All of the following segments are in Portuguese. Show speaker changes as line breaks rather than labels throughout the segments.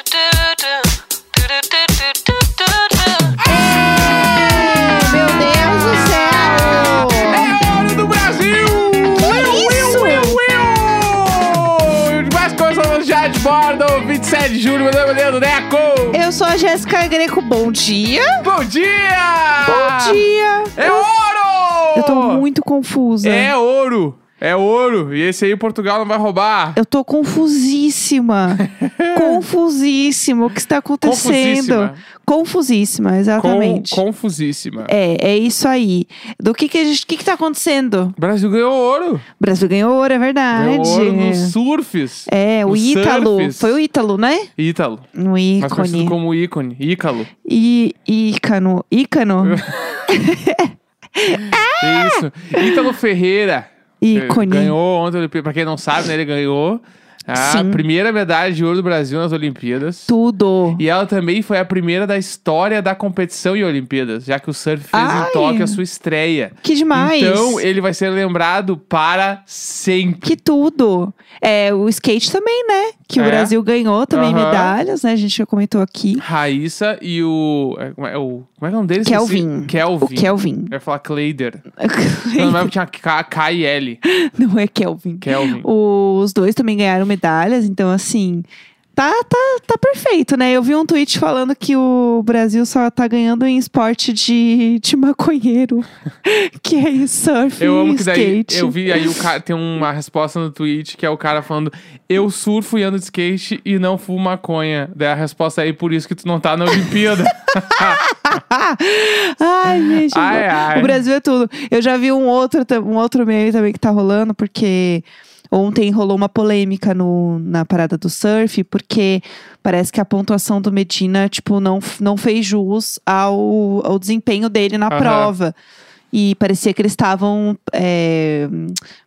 É,
É bordo, 27 de julho, meu nome é Leandro Neco.
Eu sou a Jéssica Greco. Bom dia.
Bom dia!
Bom dia.
É ouro!
Eu tô muito confusa.
É ouro! É ouro! E esse aí Portugal não vai roubar.
Eu tô confusíssima. confusíssima. O que está acontecendo?
Confusíssima.
Confusíssima, exatamente.
Com- confusíssima.
É, é isso aí. Do que que a gente, o que que tá acontecendo?
O Brasil ganhou ouro.
O Brasil ganhou ouro, é verdade.
Ganhou ouro nos surfs.
É, o
nos
Ítalo.
surfs.
Foi o Ítalo, né?
Ítalo.
Um
Mas conhecido
ícone.
como ícone. Ícalo.
E Ícano. Ícano?
É Isso. Ítalo Ferreira.
Ícone.
Ganhou ontem, a Olimpíada. pra quem não sabe, né? Ele ganhou a
Sim.
primeira medalha de ouro do Brasil nas Olimpíadas.
Tudo.
E ela também foi a primeira da história da competição em Olimpíadas, já que o surf fez
Ai.
em Tóquio a sua estreia.
Que demais.
Então, ele vai ser lembrado para sempre.
Que tudo. É, o skate também, né? Que o
É.
Brasil ganhou também
Aham.
medalhas, né? A gente já comentou aqui.
Raíssa e o. é, Como é, o, como é o nome deles?
Kelvin.
Kelvin.
O Kelvin.
Eu ia falar Kleider. Não, não é porque tinha K, K e L.
Não é Kelvin.
Kelvin.
Os dois também ganharam medalhas, então assim. Tá, tá, tá perfeito, né? Eu vi um tweet falando que o Brasil só tá ganhando em esporte de, de maconheiro. que é isso, surf
Eu
e
amo que daí
skate.
eu vi aí o cara tem uma resposta no tweet que é o cara falando: "Eu surfo e ando de skate e não fumo maconha". Daí a resposta aí por isso que tu não tá na Olimpíada.
Ai, gente.
Ai, ai.
O Brasil é tudo. Eu já vi um outro, ta- um outro meme também que tá rolando, porque ontem rolou uma polêmica no, na parada do surf, porque parece que a pontuação do Medina, tipo, não, f- não fez jus ao, ao desempenho dele na
Aham.
prova. E parecia que eles estavam, é,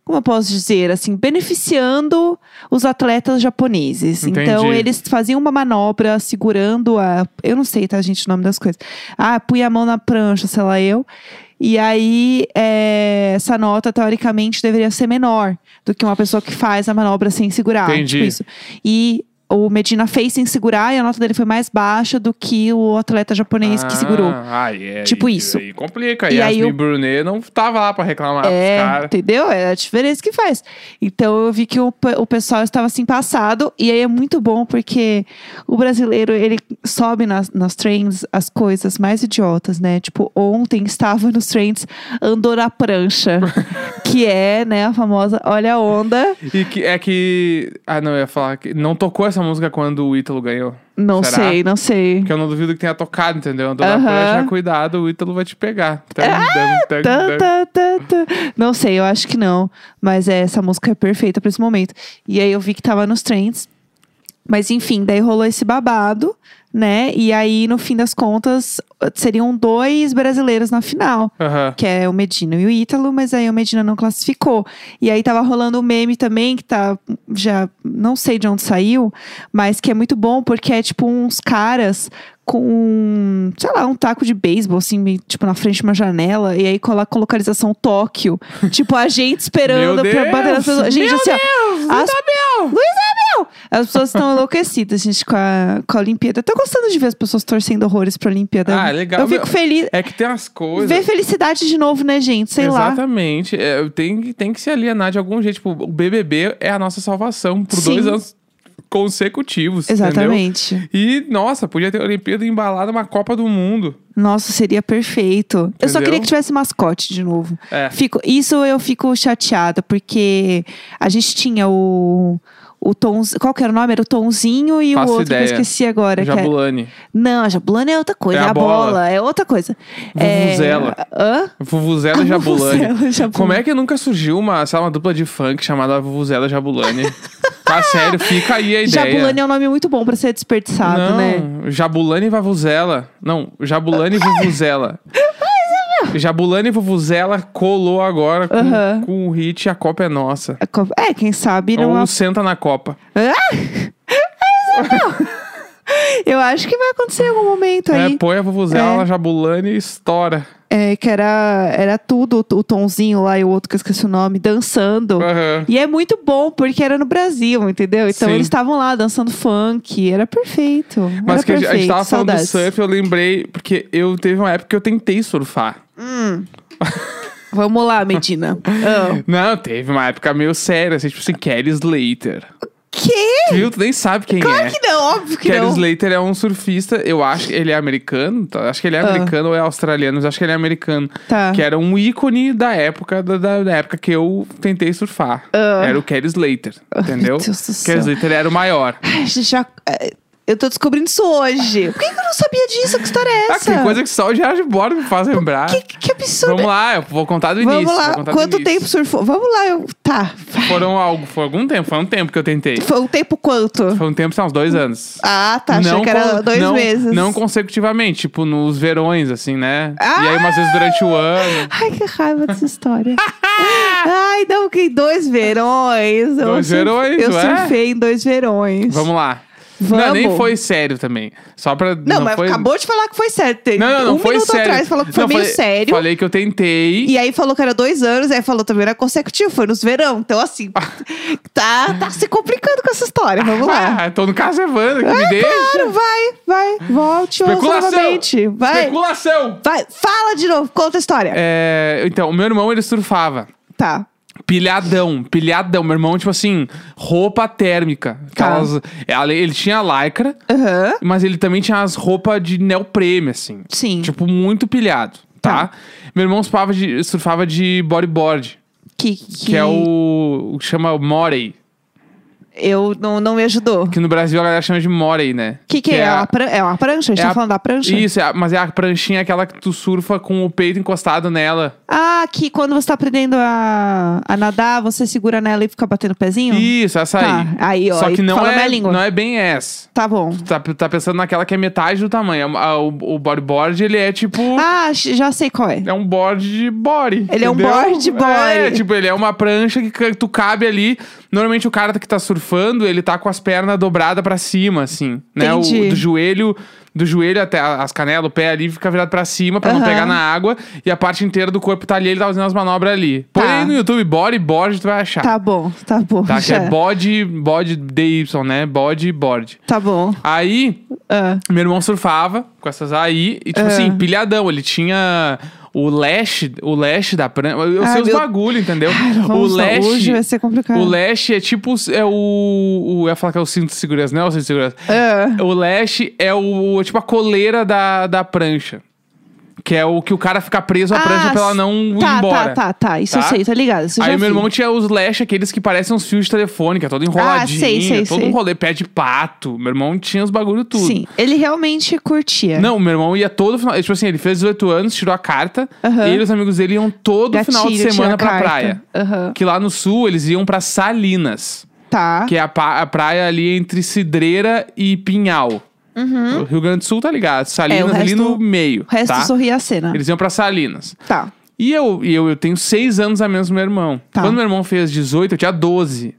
como eu posso dizer, assim, beneficiando os atletas japoneses. Então,
Entendi.
eles faziam uma manobra segurando a. Eu não sei, tá, gente, o nome das coisas. Ah, punha a mão na prancha, sei lá eu. E aí, é, essa nota, teoricamente, deveria ser menor do que uma pessoa que faz a manobra sem segurar.
Entendi.
Tipo isso. E. O Medina fez sem segurar e a nota dele foi mais baixa do que o atleta japonês que segurou.
Ah, é.
Tipo
aí-
isso.
Aí complica.
E
E
aí
Yasmin
o-
Brunet não tava lá pra reclamar
É,
pros caras.
entendeu? É a diferença que faz. Então eu vi que o, pe- o pessoal estava assim passado, e aí é muito bom porque o brasileiro ele sobe nas, nas trends as coisas mais idiotas, né? Tipo, ontem estava nos trends andou na prancha, que é, né, a famosa olha a onda.
E que, é que. Ah, não, eu ia falar que. Não tocou essa música quando o Ítalo ganhou.
Não
Será?
sei, não sei.
Porque eu não duvido que tenha tocado, entendeu? Então,
Aham. É,
já cuidado, o Ítalo vai te pegar. Tan, tan,
Tá,
tan.
tá, tá, tá. Não sei, eu acho que não. Mas é, essa música é perfeita pra esse momento. E aí eu vi que tava nos trends. Mas enfim, daí rolou esse babado, né? E aí, no fim das contas, seriam dois brasileiros na final.
Aham.
Que é o Medina e o Ítalo, mas aí o Medina não classificou. E aí tava rolando o meme também, que tá. Já não sei de onde saiu, mas que é muito bom, porque é tipo uns caras com, sei lá, um taco de beisebol, assim, meio, tipo, na frente de uma janela, e aí coloca a localização Tóquio. tipo, a gente esperando
Meu
pra bater
Deus!
nas pessoas. Gente,
Meu
assim,
Deus!
ó. as- Luiz Abel! As pessoas estão enlouquecidas, gente, com a, com a Olimpíada. Eu tô gostando de ver as pessoas torcendo horrores pra Olimpíada.
Ah, legal.
Eu fico
Meu,
feliz.
É que tem umas coisas.
Ver felicidade de novo, né, gente? Sei lá.
Exatamente. É, tem, que- tem que se alienar de algum jeito. Tipo, o BBB é a nossa salvação por
Sim.
dois anos consecutivos. Entendeu?
Exatamente.
E, nossa, podia ter a Olimpíada embalada uma Copa do Mundo.
Nossa, seria perfeito. Eu só
Entendeu?
queria que tivesse mascote de novo.
É.
Fico, isso eu fico chateada, porque a gente tinha o. O Tom, qual que era o nome? Era o Tonzinho e
Faço
o outro que
ideia.
eu esqueci agora. que é-
Jabulani.
Não, a Jabulana é outra coisa.
É
É
a
a, bola. é outra coisa.
Vuvuzela.
É... Hã?
Vuvuzela e Jabulani.
Vuvuzela, Jabulani.
Como é que nunca surgiu uma, sei lá, uma dupla de funk chamada Vuvuzela e Jabulani? tá sério, fica aí a ideia.
Jabulani é um nome muito bom pra ser desperdiçado,
Não,
né?
Jabulani e Vavuzela. Não, Jabulani e Vuvuzela. Jabulani e Vuvuzela colou agora com,
Aham.
com o hit A Copa é Nossa.
É co- É, quem sabe
Ou
não é-
senta na Copa.
Eu acho que vai acontecer em algum momento Tá aí.
É, põe a vuvuzela
É.
na jabulani e estoura.
É, que era, era tudo, o Tonzinho lá e o outro que eu esqueci o nome, dançando.
Aham.
E é muito bom, porque era no Brasil, entendeu? Então
Ah. Sim.
eles estavam lá dançando funk, era perfeito.
Mas
era
que a gente-
perfeito.
a gente tava falando
Saudades.
do surf, eu lembrei, porque eu teve uma época que eu tentei surfar.
Vamos lá, Medina. Ah,
Não, teve uma época meio séria, assim, tipo assim, Kelly Slater.
quê?
Viu? Tu nem sabe quem
Claro
é.
que não, óbvio que
Kelly
não.
Slater é um surfista, eu acho que ele é americano, tá? acho que ele é
Ah.
americano ou é australiano, mas acho que ele é americano.
Tá.
Que era um ícone da época, da, da- da época que eu tentei surfar. Era o Kelly Slater, entendeu?
Ah. Meu Deus do céu.
Kelly Slater era o maior.
Ai, gente, já... é, Eu tô descobrindo isso hoje. Por que que eu não sabia disso? Que história é
Ah,
essa?
tem coisa que só o Gerard Borg me faz lembrar.
Que, que absurdo.
Vamos lá, eu vou contar do
Vamos
início.
lá.
vou contar do
Quanto
início.
tempo surfou? Vamos lá. Eu... Tá.
Foram algo, foi algum tempo, foi um tempo que eu tentei.
Foi um tempo quanto?
Foi um tempo, sei lá, uns dois anos.
Ah, tá. Achei que
con-
era dois
não-
meses.
Não consecutivamente, tipo nos verões, assim, né?
Ah!
E aí umas vezes durante o ano.
Ai, que raiva dessa história. Ai, não, que dois verões. Eu
Dois verões,
Eu
ué.
surfei em dois verões.
Vamos lá. Não,
Vamos.
nem foi sério também. Só pra.
Não, mas
foi...
acabou de falar que foi sério. Tem-
Não, não, não.
um
foi
minuto
sério.
atrás falou que foi
Não,
meio
falei-
sério.
Falei que eu tentei.
E aí falou que era dois anos, aí falou também era consecutivo, foi nos verão. Então, assim, tá, tá se complicando com essa história. Vamos lá. É,
Ah, tô no caso Evandro, que me deixa.
Claro, vai, vai, volte, ouça novamente.
Especulação!
Vai,
Especulação!
vai, fala de novo, conta a história.
É, então, o meu irmão, ele surfava.
Tá.
Pilhadão, pilhadão. Meu irmão, tipo assim, roupa térmica.
Tá.
Aquelas, ela- Ele tinha lycra,
Aham.
mas ele também tinha as roupas de neoprene, assim.
Sim.
Tipo, muito pilhado, tá? Meu irmão surfava de, surfava de bodyboard,
que, que,
que é o. o que chama Morey.
Eu não, não me ajudou. O
Que no Brasil a galera chama de Morey, né?
que, que é? É uma, pran- é uma prancha? A gente
é
tá
a-
falando da prancha?
Isso, é a- mas é a pranchinha aquela que tu surfa com o peito encostado nela.
Ah, que quando você tá aprendendo a, a nadar, você segura nela e fica batendo pezinho?
Isso, essa aí.
Tá, aí, ó,
Só
aí
que não
fala
é,
minha língua.
não é bem essa.
Tá bom.
Tá, tá pensando naquela que é metade do tamanho. É uma- a- O, o bodyboard, ele é tipo.
Ah, já sei qual é.
É um board de body.
Ele é um
entendeu?
board de body.
É, tipo, ele é uma prancha que ca- tu cabe ali. Normalmente o cara que tá surfando, ele tá com as pernas dobradas pra cima, assim. Né? O,
Entendi.
do joelho. Do joelho até a- as canelas, o pé ali fica virado pra cima pra não
Aham.
pegar na água. E a parte inteira do corpo tá ali, ele tá fazendo as manobras ali. Põe
Tá.
aí no YouTube, body, board, tu vai achar.
Tá bom, tá bom.
Tá? Que
já.
é body, body, DY, né? Body, board.
Tá bom.
Aí,
Ah,
meu irmão surfava com essas aí
É.
e, tipo assim, pilhadão. Ele tinha o lash, o lash da prancha. Eu
Ah,
sei os
meu-
bagulho, entendeu? o
vamos lá,
lash.
hoje vai ser complicado.
O lash é tipo. É o, o. Eu ia falar que é o cinto de segurança, não é o cinto de segurança.
Ah.
O lash é o. é tipo a coleira da, da prancha. Que é o que o cara fica preso à prancha pra ela não
Ah, tá,
ir embora.
Tá, tá, tá. Isso
tá?
eu sei, tá ligado? Isso eu
Aí
já
meu
vi. Ah,
irmão tinha os lash, aqueles que parecem uns fios de telefone, que é todo enroladinho,
sei, sei,
todo
sei.
um rolê, pé de pato. Meu irmão tinha os bagulho tudo.
Sim, ele realmente curtia.
Não, meu irmão ia todo final. Tipo assim, ele fez 18 anos, tirou a carta.
Aham.
Ele e os amigos dele iam todo
Gatilho,
final de
tira
semana
a
pra
carta.
praia.
Aham.
Que lá no sul eles iam pra Salinas,
Tá.
que é a, pa- a praia ali entre Cidreira e Pinhal. O Rio Grande do Sul tá ligado. Salinas ali
Uhum. É, resto-
no meio.
O resto
tá?
sorria a cena.
Eles iam pra Salinas.
Tá.
E eu, e eu, eu tenho seis anos a menos do meu irmão.
Tá. Uhum.
Quando meu irmão fez 18, eu tinha 12.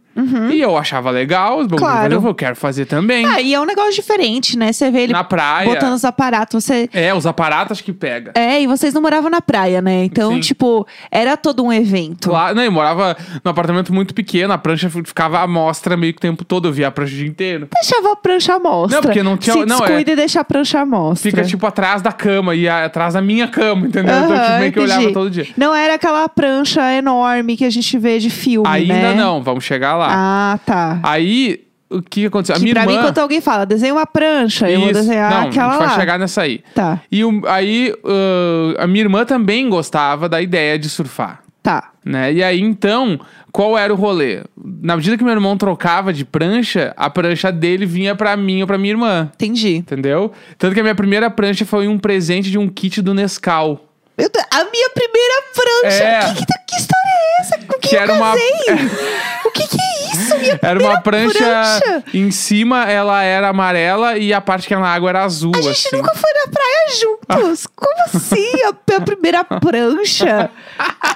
E eu achava legal, os bagulhos,
Claro.
mas eu falei, eu quero fazer também.
Ah, e é um negócio diferente, né? Você vê ele
Na praia.
botando os aparatos. Você...
É, os aparatos que pega.
É, e vocês não moravam na praia, né? Então,
Sim.
tipo, era todo um evento.
Lá, não, eu morava num apartamento muito pequeno, a prancha fi- ficava à mostra meio que o tempo todo, eu via a prancha o dia inteiro.
Deixava a prancha à mostra.
Não, porque não tinha-
Se
não, é-
descuida e deixa a prancha à mostra.
Fica, tipo, atrás da cama e a- atrás da minha cama, entendeu? então,
Aham,
tipo, meio que eu olhava
entendi.
todo dia.
Não era aquela prancha enorme que a gente vê de filme,
Ainda
né?
não, vamos chegar lá.
Ah, tá.
Aí, o que aconteceu? a
que
minha
pra mim,
irmã...
quando alguém fala, desenha uma prancha, eu vou
Isso.
desenhar
não,
aquela
a gente
lá.
vai chegar nessa aí.
Tá,
E o- aí, ãh, a minha irmã também gostava da ideia de surfar.
tá.
né? E aí, então, qual era o rolê? Na medida que meu irmão trocava de prancha, a prancha dele vinha pra mim ou pra minha irmã.
Entendi.
Entendeu? Tanto que a minha primeira prancha foi um presente de um kit do Nescau.
Meu Deus, a minha primeira prancha.
É.
Que, que- que história é essa? Com quem
Que
eu
era uma-
casei? o que, que é isso? Minha
Era uma
primeira
prancha, em cima ela era amarela e a parte que era na água era azul.
A gente
assim.
nunca foi na praia juntos. Como assim? A minha primeira prancha?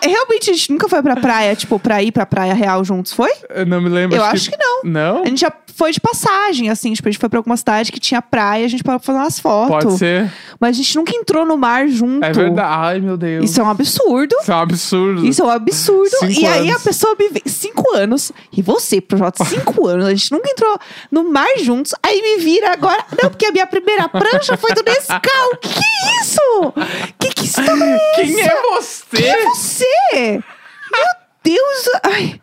Realmente, a gente nunca foi pra praia, tipo, pra ir pra praia real juntos, foi?
Eu não me lembro.
Eu acho que não. É
Não?
A gente já foi de passagem, assim, tipo, a gente foi pra alguma cidade que tinha praia, a gente parou pra fazer umas fotos.
Pode ser.
Mas a gente nunca entrou no mar junto.
É verdade. Ai, meu Deus.
Isso é um absurdo.
Isso é um absurdo.
Isso é um absurdo.
Cinco
e aí a
anos.
pessoa me vê. Cinco anos. E você, Projota, cinco anos. A gente nunca entrou no mar juntos. Aí me vira agora. Não, porque a minha primeira prancha foi do Nescau. Que que é isso? Que que história é
Quem
essa?
é você?
Quem é você? Meu Deus. Ai.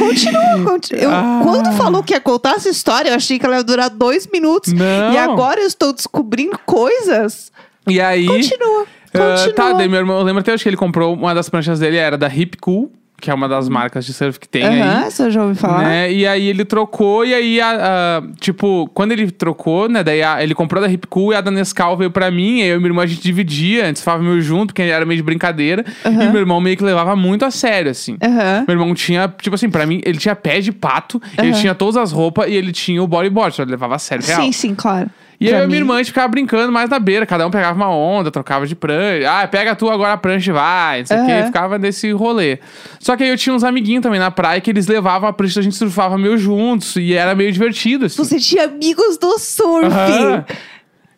Continua, continua. Eu,
Ah.
Quando falou que ia contar essa história, eu achei que ela ia durar dois minutos.
Não.
E agora eu estou descobrindo coisas.
E aí.
Continua.
Ah,
Continua.
tá, daí meu irmão, eu lembro até hoje que ele comprou uma das pranchas dele, era da Hip Cool, que é uma das marcas de surf que tem
Aham,
aí.
você já ouviu falar?
Né? E aí ele trocou, e aí, a- a- tipo, quando ele trocou, né? Daí a- ele comprou da Hip Cool e a da Nescau veio pra mim. E eu e minha irmã a gente dividia, antes falava meio junto, porque era meio de brincadeira. E meu irmão meio que levava muito a sério, assim.
Aham.
Meu irmão tinha, tipo assim, pra mim, ele tinha pé de pato, ele tinha todas as roupas e ele tinha o bodyboard, só ele levava a sério, real.
Sim, sim, claro.
E
Pra
eu e
mim-
minha irmã, a gente ficava brincando mais na beira. Cada um pegava uma onda, trocava de prancha. Ah, pega tu agora a prancha e vai. Não sei o quê.
Aham.
Ficava nesse rolê. Só que aí eu tinha uns amiguinhos também na praia que eles levavam a prancha, a gente surfava meio juntos. E era meio divertido, assim.
Você tinha amigos do surf.
Aham.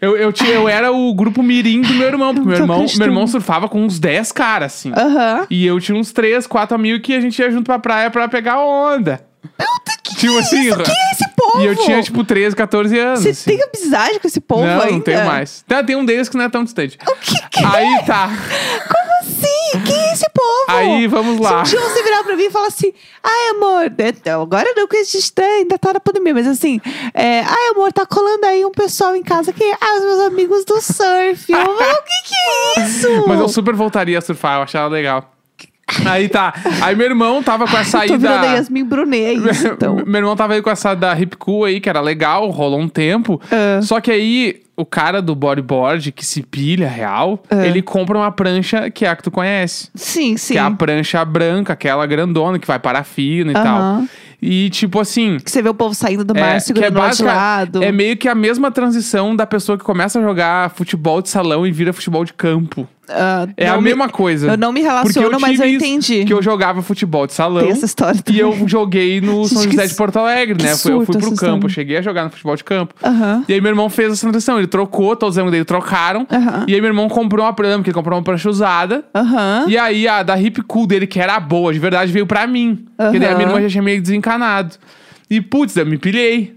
Eu, eu, tinha, eu era o grupo mirim do meu irmão. Porque
Não
meu
tô
irmão, meu
acreditando.
irmão surfava com uns 10 caras, assim.
Aham.
E eu tinha uns 3, 4 amigos que a gente ia junto pra praia pra pegar onda.
Puta, que
Tipo
que é
assim,
isso? Quem é esse povo?
E eu tinha, tipo, 13, 14 anos.
Você
assim.
tem amizade com esse povo
não,
ainda?
não tenho mais. Tem, tem um deles que não é tão distante.
O que que é?
Aí tá.
Como assim? Quem é esse povo?
Aí, vamos lá.
Se um dia você virar pra mim e falar assim, ai amor, né, não, agora não, que a gente tá- ainda tá na pandemia, mas assim, é, ai amor, tá colando aí um pessoal em casa que é, ah, os meus amigos do surf. Eu, "Mas o que que é isso?
Mas eu super voltaria a surfar, eu achava legal. Aí tá. Aí meu irmão tava com essa
Tô virando a
ida.
Yasmin Brunet, é isso então.
Meu irmão tava aí com essa da Hip Cool aí, que era legal, rolou um tempo.
Ah.
Só que aí, o cara do bodyboard, que se pilha real,
É.
ele compra uma prancha que é a que tu conhece.
Sim, sim.
Que é a prancha branca, aquela grandona, que vai parafina e tal.
Aham.
E tipo assim,
Que você vê o povo saindo do mar,
que é
segurando o
básica-
lado.
É meio que a mesma transição da pessoa que começa a jogar futebol de salão e vira futebol de campo.
Ah,
É
não
a
me-
mesma coisa.
Eu não me
Porque
relaciono, mas
tive
eu
isso,
entendi.
Que eu jogava futebol de salão.
Tem essa história
E
também.
eu joguei no
Gente,
São
que
José de
su-
Porto Alegre,
que
né? Fui- eu fui pro
surto essa
campo,
história.
eu cheguei a jogar no futebol de campo.
Aham.
E aí meu irmão fez essa transição, ele trocou todos os amigos dele, trocaram.
Aham.
E aí meu irmão comprou uma prancha, porque ele comprou uma prancha usada.
Aham.
E aí a da hip cool dele, que era a boa, de verdade, veio pra mim. Porque daí a minha
Aham.
irmã já tinha meio desencanado. E putz, eu me pilhei.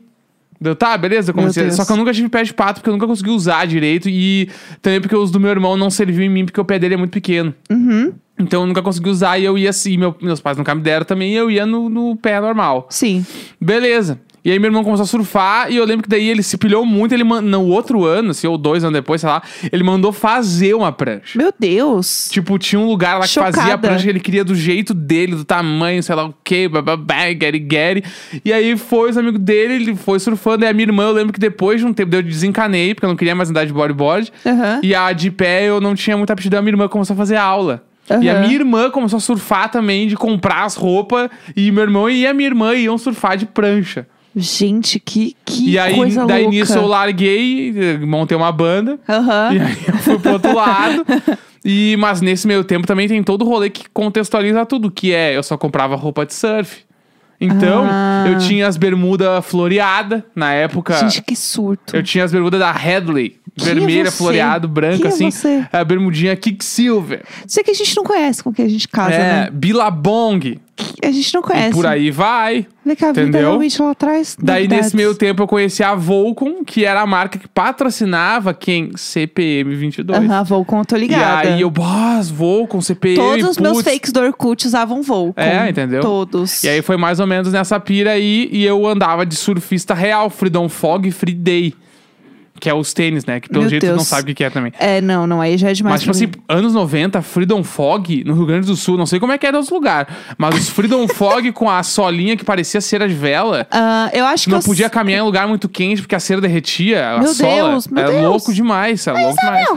Deu, tá, beleza, eu
Meu
comecei.
Deus.
Só que eu nunca tive pé de pato, porque eu nunca consegui usar direito. E também porque os do meu irmão não serviu em mim, porque o pé dele é muito pequeno.
Uhum.
Então eu nunca consegui usar e eu ia assim. Meu, meus pais nunca me deram também, e eu ia no, no pé normal.
Sim.
Beleza. E aí meu irmão começou a surfar e eu lembro que daí ele se pilhou muito. Ele man- no outro ano, assim, ou dois anos depois, sei lá, ele mandou fazer uma prancha.
Meu Deus.
Tipo, tinha um lugar lá que
Chocada.
fazia a prancha que ele queria do jeito dele, do tamanho, sei lá o quê, bababá, get it, get it. E aí foi os amigos dele, ele foi surfando. E a minha irmã, eu lembro que depois de um tempo eu desencanei, porque eu não queria mais andar de bodyboard.
Aham.
E a de pé eu não tinha muita aptidão, a minha irmã começou a fazer aula. E a
Aham.
minha irmã começou a surfar também, de comprar as roupas. E meu irmão e a minha irmã iam surfar de prancha.
Gente, que, que
e aí,
coisa
daí
louca.
nisso, eu larguei, eh, montei uma banda.
Aham.
E aí eu fui pro outro lado. E, mas nesse meio tempo também tem todo o rolê que contextualiza tudo, que é eu só comprava roupa de surf. Então,
Ah.
eu tinha as bermudas floreadas na época.
Gente, que surto.
tá. Eu tinha as bermudas da Hadley.
Quem é
vermelha,
você?
floreado, branca,
Quem é
assim.
você?
A bermudinha Kick Silver.
Isso é que a gente não conhece com que a gente casa,
é,
né?
Bilabong.
Que a gente não
E
conhece.
por aí vai.
Vê que a vida
entendeu?
realmente lá atrás.
Daí,
novidades.
nesse meio tempo, eu conheci a Volcom, que era a marca que patrocinava quem? CPM 22.
Aham, Volcom, eu tô
E
ligada.
aí eu, boss, vou com CPM.
Todos os meus
putz.
fakes do Orkut usavam Volcom.
É, entendeu?
Todos.
E aí foi mais ou menos nessa pira aí, e eu andava de surfista real, Freedom Fog e Free Day. Que é os tênis, né? Que pelo
Meu
jeito tu não
Deus.
sabe o que que é também.
É, não, não, aí já é demais.
Mas, tipo
pra
assim,
mim.
anos 90, Freedom Fog no Rio Grande do Sul, não sei como é que é em outros lugares, mas os Freedom Fog com a solinha que parecia cera de vela,
Ah, eu acho
tu
que
não
eu...
podia caminhar em lugar muito quente porque a cera derretia, a
Meu
sola.
Deus, meu
é
Deus.
louco demais, é louco demais.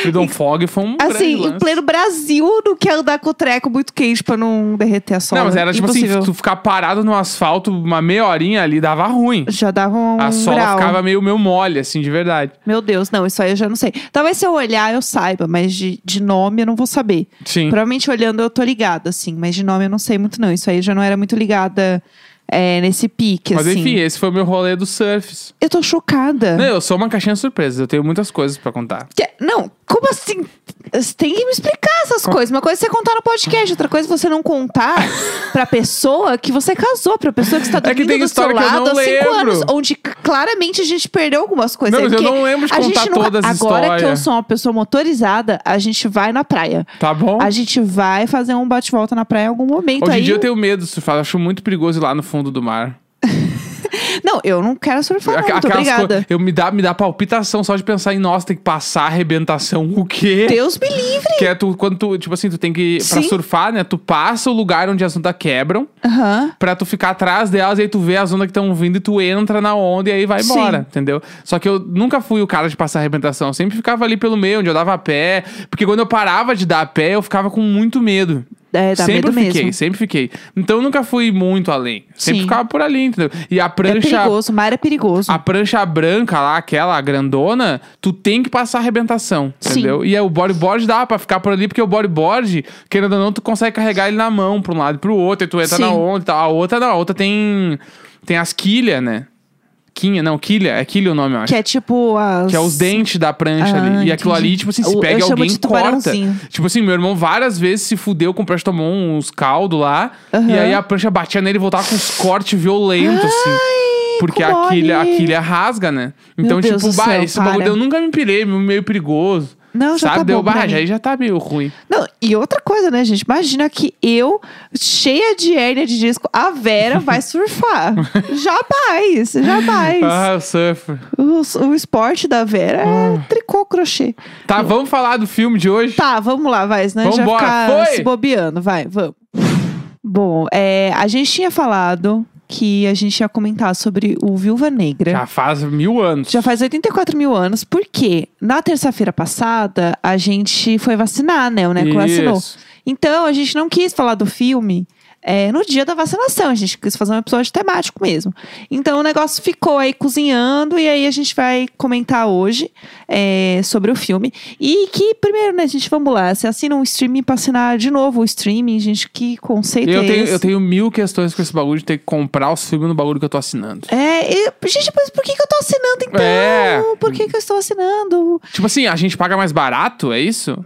Freedom Fog foi um grande
Assim,
lance.
em pleno Brasil, não quer andar com o treco muito quente pra não derreter a sola.
Não, mas era tipo
Impossível.
assim, tu ficar parado no asfalto uma meia horinha ali dava ruim.
Já dava um
A sola
brau.
ficava meio, meio mole, assim, de verdade.
Meu Deus, não, isso aí eu já não sei. Talvez se eu olhar eu saiba, mas de, de nome eu não vou saber.
Sim.
Provavelmente olhando eu tô ligada, assim, mas de nome eu não sei muito não. Isso aí eu já não era muito ligada é, nesse pique,
Mas
assim. É.
enfim, esse foi o meu rolê do surfs.
Eu tô chocada.
Não, eu sou uma caixinha de surpresa. Eu tenho muitas coisas pra contar.
Que- Não, como assim? Você tem que me explicar essas coisas. Uma coisa é você contar no podcast, outra coisa é você não contar pra pessoa que você casou, pra pessoa que está
É que
dormindo
tem
do seu
história que eu
lado
não
há cinco
lembro.
anos, onde c- claramente a gente perdeu algumas coisas.
Não,
É
mas eu
porque
não lembro de
a gente
contar
nunca-
todas as
Agora que eu
histórias.
sou uma pessoa motorizada, a gente vai na praia.
Tá bom?
A gente vai fazer um bate-volta na praia em algum momento.
Hoje
aí
em dia eu tenho medo de surfar. Acho muito perigoso ir lá no fundo do mar.
Não, eu não quero surfar, não,
Aqu-
Tá muito
aquelas
obrigada.
co- Eu me dá, me dá palpitação só de pensar em, nossa, tem que passar arrebentação. O quê?
Deus me livre!
Que é tu, quando tu, tipo assim, tu tem que, pra
Sim.
surfar, né? Tu passa o lugar onde as ondas quebram,
Aham.
pra tu ficar atrás delas, e aí tu vê as ondas que estão vindo e tu entra na onda e aí vai
Sim.
embora, entendeu? Só que eu nunca fui o cara de passar arrebentação. Eu sempre ficava ali pelo meio, onde eu dava a pé. Porque quando eu parava de dar a pé, eu ficava com muito medo.
É, dá
sempre
medo mesmo.
fiquei, sempre fiquei. Então eu nunca fui muito além. Sempre
Sim.
ficava por ali, entendeu? E a
É
prancha
perigoso, mar é perigoso.
a prancha branca lá, aquela grandona, tu tem que passar arrebentação,
Sim.
entendeu? E é, o bodyboard dá pra ficar por ali, porque o bodyboard, querendo ou não, tu consegue carregar ele na mão pra um lado e pro outro, e tu entra
Sim.
na onda e tal. A outra não, a outra tem, tem as quilhas, né? Quinha, não, quilha, é quilha o nome, eu acho.
Que é tipo as...
Que é os dentes da prancha
Ah,
ali. E aquilo
entendi.
ali, tipo assim,
Eu-
se
eu
pega e
chamo
alguém
de
corta.
tubarãozinho.
Tipo assim, meu irmão várias vezes se fudeu com prancha, tomou uns caldo lá.
Aham.
E aí a prancha batia nele e voltava com uns cortes violentos, assim.
Ai,
Porque
com
a quilha, a
mole.
quilha rasga, né? Então,
Deus
tipo,
do
bah,
céu,
esse bagulho
para.
eu nunca me pirei, meio perigoso.
Não, já
sabe?
tá
Deu
bom pra
bah,
mim.
já- aí já tá meio ruim.
Não, e outra coisa, né, gente? Imagina que eu, cheia de hérnia de disco, a Vera vai surfar. jamais, jamais.
Ah, o surf.
O, o esporte da Vera é tricô, crochê.
Tá, vamos falar do filme de hoje?
Tá, vamos lá, vai, senão a gente vai
Vambora,
ficar
foi!
se bobeando. Vai, vamos. Bom, é, a gente tinha falado que a gente ia comentar sobre o Viúva Negra.
Já faz mil anos.
Já faz 84 mil anos, porque na terça-feira passada a gente foi vacinar, né? O Neco vacinou.
Isso.
Então a gente não quis falar do filme é, no dia da vacinação, a gente quis fazer um episódio temático mesmo. Então o negócio ficou aí cozinhando e aí a gente vai comentar hoje é, sobre o filme. E que, primeiro, né, gente, vamos lá, você assina um streaming pra assinar de novo o streaming, gente, que conceito
Eu
é
tenho,
esse?
eu tenho mil questões com esse bagulho de ter que comprar os filmes no bagulho que eu tô assinando.
É, e- gente, mas por que, que eu tô assinando então?
É.
Por que, que eu estou assinando?
Tipo assim, a gente paga mais barato, é isso?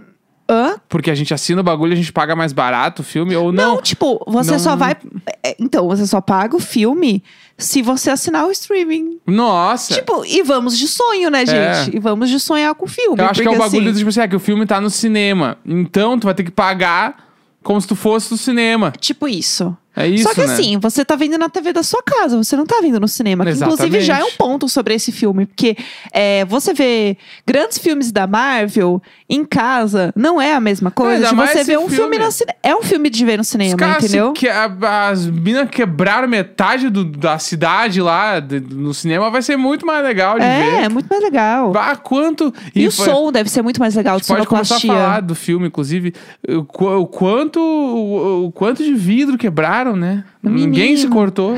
Hã?
Porque a gente assina o bagulho e a gente paga mais barato o filme ou
Não,
não?
tipo, você
Não.
só vai. é, Então, você só paga o filme se você assinar o streaming.
Nossa!
Tipo, e vamos de sonho, né, gente? E vamos de sonhar com o filme.
É. eu acho que é o
porque,
bagulho
assim,
do tipo assim, é que o filme tá no cinema. Então tu vai ter que pagar como se tu fosse do cinema.
Tipo isso.
É isso,
Só que
né?
assim, você tá vendo na TV da sua casa, você não tá vendo no cinema. Que, inclusive,
Exatamente.
já é um ponto sobre esse filme. Porque é, você vê grandes filmes da Marvel em casa, não é a mesma coisa
ainda
de
mais
você
esse
ver um filme
filme.
no cinema. É um filme de ver no
Os
cinema,
caras se
entendeu?
que- a- as minas quebraram metade do- da cidade lá de- no cinema, vai ser muito mais legal de
É,
ver.
é muito mais legal.
Bah, quanto.
E, o
foi-
som deve ser muito mais legal, de
Pode começar a
sonoplastia.
falar do filme, inclusive. O, qu- o quanto, o, o quanto de vidro quebraram, né? Ninguém se cortou.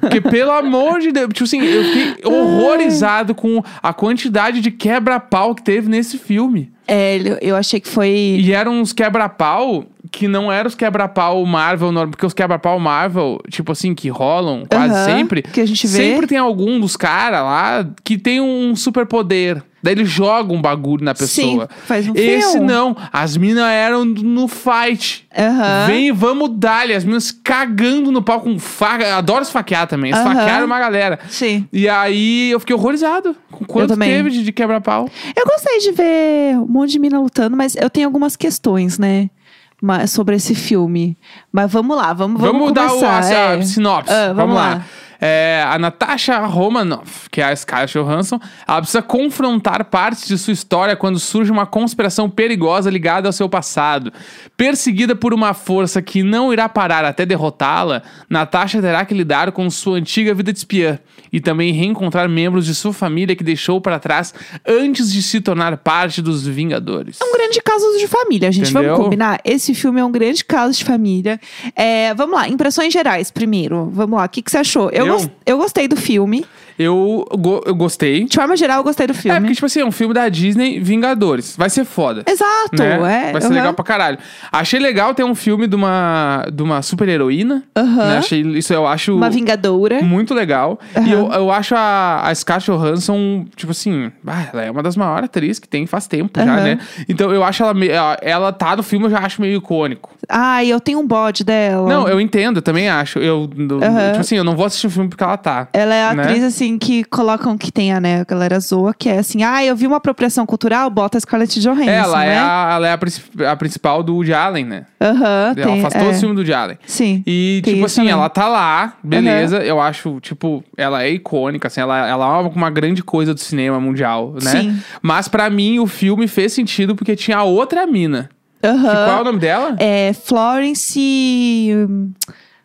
Porque, pelo amor de Deus. Tipo assim, eu fiquei horrorizado com a quantidade de quebra-pau que teve nesse filme.
É, ele- eu achei que foi.
E eram uns quebra-pau que não eram os quebra-pau Marvel, normal, porque os quebra-pau Marvel, tipo assim, que rolam quase
Aham,
sempre.
que a gente vê.
Sempre tem algum dos caras lá que tem um superpoder. Daí ele joga um bagulho na pessoa.
Sim, faz um
Esse
filme.
não. As minas eram no fight.
Aham.
Vem, vamos dar-lhe. As minas cagando no pau com faca. Adoro esfaquear também.
Aham.
Esfaquearam uma galera.
Sim.
E aí eu fiquei horrorizado com quanto
também.
teve de, de quebra-pau.
Eu gostei de ver um monte de mina lutando, mas eu tenho algumas questões, né? ma- sobre esse filme. Mas vamos lá, vamos
Vamos, mudar o,
começar,
a, a
é.
sinopse.
Ah,
vamos,
vamos
lá.
lá.
É, a Natasha Romanoff, que é a Scarlett Johansson, ela precisa confrontar partes de sua história quando surge uma conspiração perigosa ligada ao seu passado. Perseguida por uma força que não irá parar até derrotá-la, Natasha terá que lidar com sua antiga vida de espiã e também reencontrar membros de sua família que deixou para trás antes de se tornar parte dos Vingadores.
um grande caso de família, gente.
Entendeu?
Vamos combinar? Esse filme é um grande caso de família. É, vamos lá, impressões gerais primeiro. Vamos lá, o que, que você achou? Eu,
Eu?
gos- eu gostei do filme.
Eu, go- eu gostei.
De forma geral, eu gostei do
É,
filme.
porque, tipo assim, é um filme da Disney Vingadores. Vai ser foda.
Exato,
né?
é.
Vai ser
aham.
legal pra caralho. Achei legal ter um filme de uma, de uma super heroína.
Aham.
Achei, isso eu acho
Uma vingadora.
muito legal. E eu,
Aham.
eu acho a, a Scarlett Johansson, tipo assim, ah, ela é uma das maiores atrizes que tem faz tempo já,
Aham.
né? Então eu acho ela, me- ela- ela tá no filme, eu já acho meio icônico.
Ai, eu tenho um bode dela.
Não, eu entendo, eu também acho. Eu, n-
Aham.
Tipo assim, eu não vou assistir o filme porque ela tá.
Ela é a
né?
atriz, assim, que colocam que tem a, né, a galera zoa, que é assim, ah, eu vi uma apropriação cultural, bota a Scarlett Johansson,
Ela
né?
é, a, ela é a, princip- a principal do Woody Allen, né?
Aham,
ela
tem,
faz
é.
todo o filme do Woody Allen.
Sim.
E,
Tem
tipo
isso
assim,
também.
ela tá lá, beleza. Eu acho, tipo, ela é icônica, assim, ela, ela é uma- uma grande coisa do cinema mundial, né?
Sim.
Mas pra mim o filme fez sentido porque tinha outra mina. Que,
Aham.
qual é o nome dela?
É Florence... hum,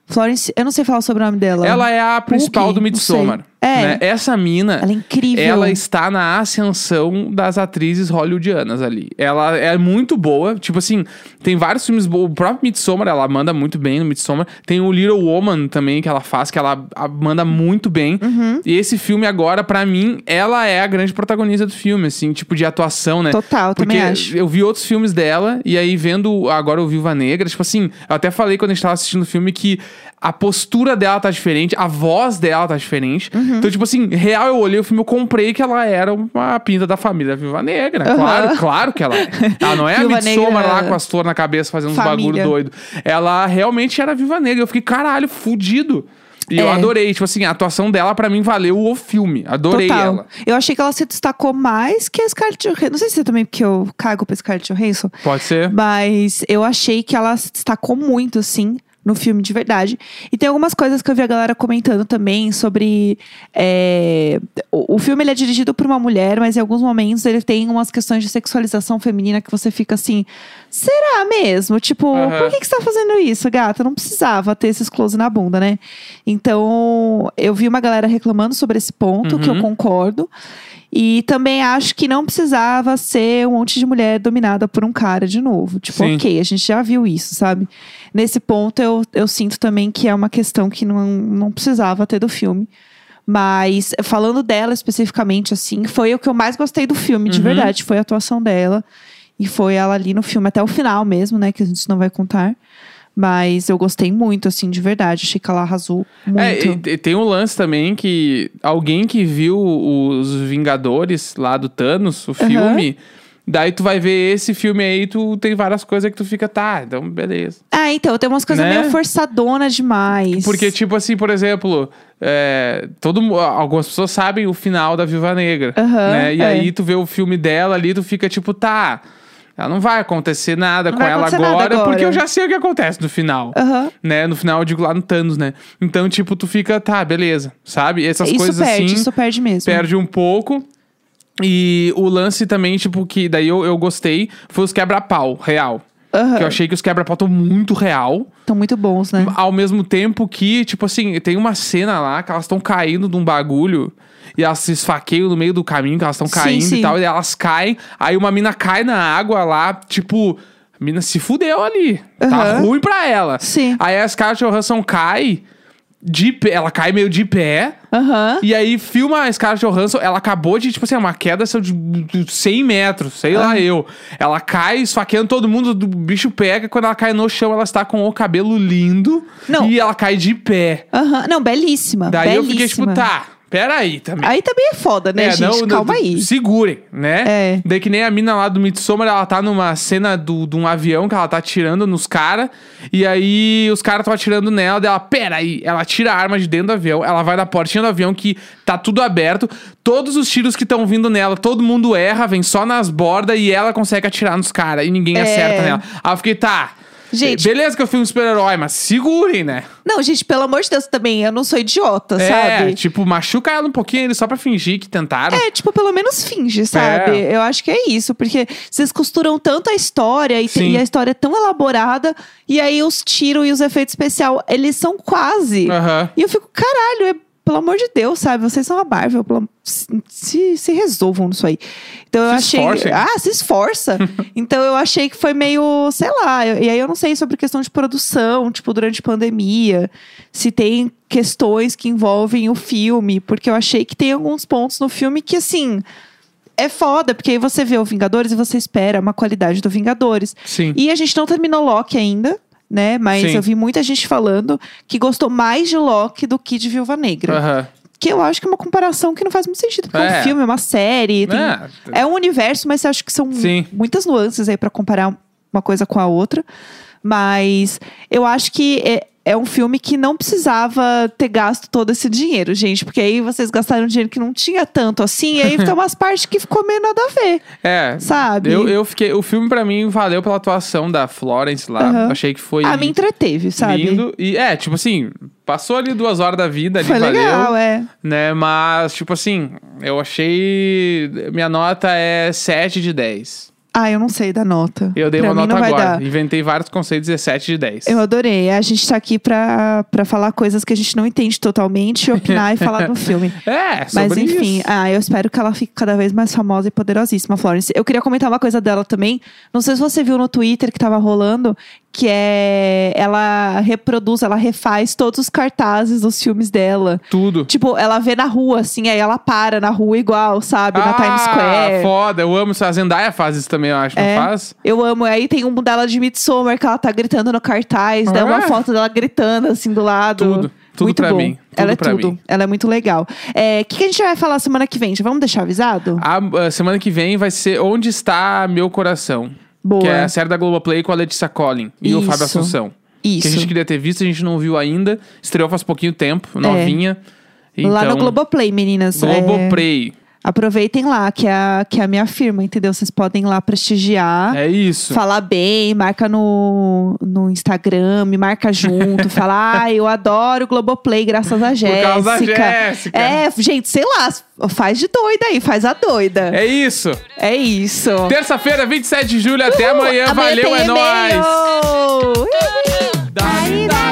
Florence... Eu não sei falar sobre o sobrenome dela.
Ela é a principal
Pugh?
do
Não
Midsommar.
sei. É.
né? Essa mina.
Ela é incrível.
Ela está na ascensão das atrizes hollywoodianas ali. Ela é muito boa. Tipo assim, tem vários filmes bons. O próprio Midsommar, ela manda muito bem no Midsommar. Tem o Little Woman também, que ela faz, que ela a- manda muito bem.
Uhum.
E esse filme agora, pra mim, ela é a grande protagonista do filme, assim, tipo de atuação, né?
Total,
Porque
também acho.
eu vi outros filmes dela, e aí vendo agora o Viúva Negra, tipo assim, eu até falei quando a gente tava assistindo o filme que a postura dela tá diferente, a voz dela tá diferente.
Uhum.
Então, tipo assim, real, eu olhei o filme, eu comprei que ela era uma pinta da família Viúva Negra.
Aham.
Claro, claro que ela é. Ela não é a
Viúva
Midsommar
Negra-
lá com as flores na cabeça fazendo uns
Família.
bagulho doido. Ela realmente era a Viúva Negra. Eu fiquei, caralho, fudido. E eu
É.
adorei, tipo assim, a atuação dela pra mim valeu o filme. Adorei
Total.
ela.
Eu achei que ela se destacou mais que a Scarlett Johansson. Não sei se é também porque eu cago pra Scarlett Johansson.
Pode ser?
Mas eu achei que ela se destacou muito, assim, no filme de verdade. E tem algumas coisas que eu vi a galera comentando também sobre. é, o, o filme ele é dirigido por uma mulher, mas em alguns momentos ele tem umas questões de sexualização feminina que você fica assim. Será mesmo? Tipo,
Aham.
por que, que você tá fazendo isso, gata? Não precisava ter esses close na bunda, né? Então, eu vi uma galera reclamando sobre esse ponto, que eu concordo. E também acho que não precisava ser um monte de mulher dominada por um cara de novo. Tipo,
Sim.
ok, a gente já viu isso, sabe? Nesse ponto, eu, eu sinto também que é uma questão que não, não precisava ter do filme. Mas, falando dela especificamente, assim, foi o que eu mais gostei do filme, de
Uhum.
verdade. Foi a atuação dela. E foi ela ali no filme, até o final mesmo, né? Que a gente não vai contar. Mas eu gostei muito, assim, de verdade. Achei que ela arrasou muito.
É, e- e tem um lance também que alguém que viu os Vingadores lá do Thanos, o filme, daí tu vai ver esse filme aí, tu tem várias coisas que tu fica, tá, então beleza.
Ah, então, tem umas coisas
Né?
meio forçadonas demais.
Porque, tipo assim, por exemplo, é, todo, mu- algumas pessoas sabem o final da Viúva Negra.
Aham,
né? E
é.
aí tu vê o filme dela ali, tu fica tipo, tá. Ela não vai acontecer nada
Não
com
vai
ela
acontecer nada
agora,
agora.
porque eu já sei o que acontece no final.
Aham.
Né? No final, eu digo lá no Thanos, né? Então, tipo, tu fica, tá, beleza. Sabe? Essas
isso
coisas
perde,
assim.
isso perde mesmo.
Perde um pouco. E o lance também, tipo, que daí eu, eu gostei, foi os quebra-pau, real.
Aham.
Que eu achei que os quebra-pau estão muito real.
Estão muito bons, né?
Ao mesmo tempo que, tipo assim, tem uma cena lá que elas estão caindo de um bagulho. E elas se esfaqueiam no meio do caminho, que elas estão
Sim,
caindo e
sim.
tal. E elas caem. Aí uma mina cai na água lá, tipo... A mina se fudeu ali. Tá
Aham.
ruim pra ela.
Sim.
Aí a Scarlett Johansson cai... De pé, ela cai meio de pé.
Aham.
E aí filma a Scarlett Johansson, ela acabou de, tipo assim, uma queda saiu de de 100 metros, sei
Ah.
lá eu. Ela cai esfaqueando todo mundo, o bicho pega, quando ela cai no chão, ela está com o cabelo lindo
Não.
e ela cai de pé.
Aham. Não, belíssima.
Daí
belíssima.
eu fiquei tipo, tá, peraí também.
Aí também é foda, né, gente? Calma aí.
Segurem, né?
É.
Daí que nem a mina lá do Midsommar, ela tá numa cena do, de um avião que ela tá atirando nos caras. E aí os caras estão atirando nela. Daí ela, peraí. Ela tira a arma de dentro do avião. Ela vai na portinha do avião que tá tudo aberto. Todos os tiros que estão vindo nela, todo mundo erra, vem só nas bordas. E ela consegue atirar nos caras. E ninguém acerta nela. Aí eu fiquei, tá.
É. Gente-
Beleza que eu fui um super-herói, mas segurem, né?
Não, gente, pelo amor de Deus, também. Eu não sou idiota,
É,
sabe?
tipo, machuca ela um pouquinho ali só pra fingir que tentaram.
É, tipo, pelo menos
É.
finge, sabe? Eu acho que é isso, porque vocês costuram tanto a história e, te-
Sim.
e a história é tão elaborada, e aí os tiros e os efeitos especial, eles são quase.
Aham.
E eu fico, caralho, é pelo amor de Deus, sabe? Vocês são a Marvel. pelo- se- Se, se resolvam nisso aí. Então eu
Se
achei.
esforcem.
Ah, se esforça. então eu achei que foi meio, sei lá. eu- e aí eu não sei sobre questão de produção, tipo, durante pandemia, se tem questões que envolvem o filme, porque eu achei que tem alguns pontos no filme que, assim. É foda, porque aí você vê o Vingadores e você espera uma qualidade do Vingadores.
Sim.
E a gente não terminou Loki ainda, né? Mas
Sim.
eu vi muita gente falando que gostou mais de Loki do que de Viúva Negra.
Aham.
Que eu acho que é uma comparação que não faz muito sentido, porque é,
É.
um filme, é uma série. tem-
Ah,
É. um universo, mas eu acho que são
Sim.
muitas nuances aí pra comparar uma coisa com a outra. Mas eu acho que é, é um filme que não precisava ter gasto todo esse dinheiro, gente. Porque aí vocês gastaram dinheiro que não tinha tanto assim, e aí tem umas partes que ficou meio nada a ver,
é.
sabe?
Eu, eu fiquei. O filme, pra mim, valeu pela atuação da Florence lá.
Aham.
Achei que foi
Ah, me entreteve, sabe?
lindo. E é, tipo assim, passou ali duas horas da vida, ali
Foi
valeu.
legal, é.
Né? Mas, tipo assim, eu achei. Minha nota é 7 de 10.
Ah, eu não sei da nota.
Eu dei
pra
uma
mim
nota
não vai
agora.
Dar.
Inventei vários conceitos e é 7 de 10.
Eu adorei. A gente tá aqui pra, pra falar coisas que a gente não entende totalmente, opinar e falar do filme.
É, sobre
Mas enfim,
isso.
ah, eu espero que ela fique cada vez mais famosa e poderosíssima, Florence. Eu queria comentar uma coisa dela também. Não sei se você viu no Twitter que tava rolando, que é ela reproduz, ela refaz todos os cartazes dos filmes dela.
Tudo.
Tipo, ela vê na rua, assim, aí ela para na rua igual, sabe?
Ah,
na Times Square.
foda. Eu amo isso. A Zendaya faz isso também, eu acho.
É.
Não faz?
Eu amo. Aí tem um dela de Midsommar que ela tá gritando no cartaz. Dá uma
Ah.
foto dela gritando assim do lado.
Tudo. Tudo
muito
pra
bom.
mim. Tudo
ela é
pra
tudo.
mim.
Ela é muito legal. É, O que, que a gente vai falar semana que vem? Já vamos deixar avisado?
A, a semana que vem vai ser Onde Está Meu Coração.
Boa.
Que é a série da Globoplay com a Letícia Collin e o
Isso.
Fábio Assunção. Que a
Isso.
gente queria ter visto, a gente não viu ainda. Estreou faz pouquinho tempo, novinha. Então,
Lá no Globoplay, meninas. É,
Globoplay.
aproveitem lá, que é, a, que é a minha firma, entendeu? Vocês podem ir lá prestigiar.
É isso.
Falar bem, marca no, no Instagram, me marca junto, fala, ah, eu adoro o Globoplay, graças a Jéssica.
causa da Jéssica.
É, gente, sei lá, faz de doida aí, faz a doida.
É isso.
É isso.
Terça-feira, 27 de julho. Até amanhã.
Amanhã
Valeu,
tem
é nóis.
e-mail. Uhul.
Dá-lhe, dá-lhe.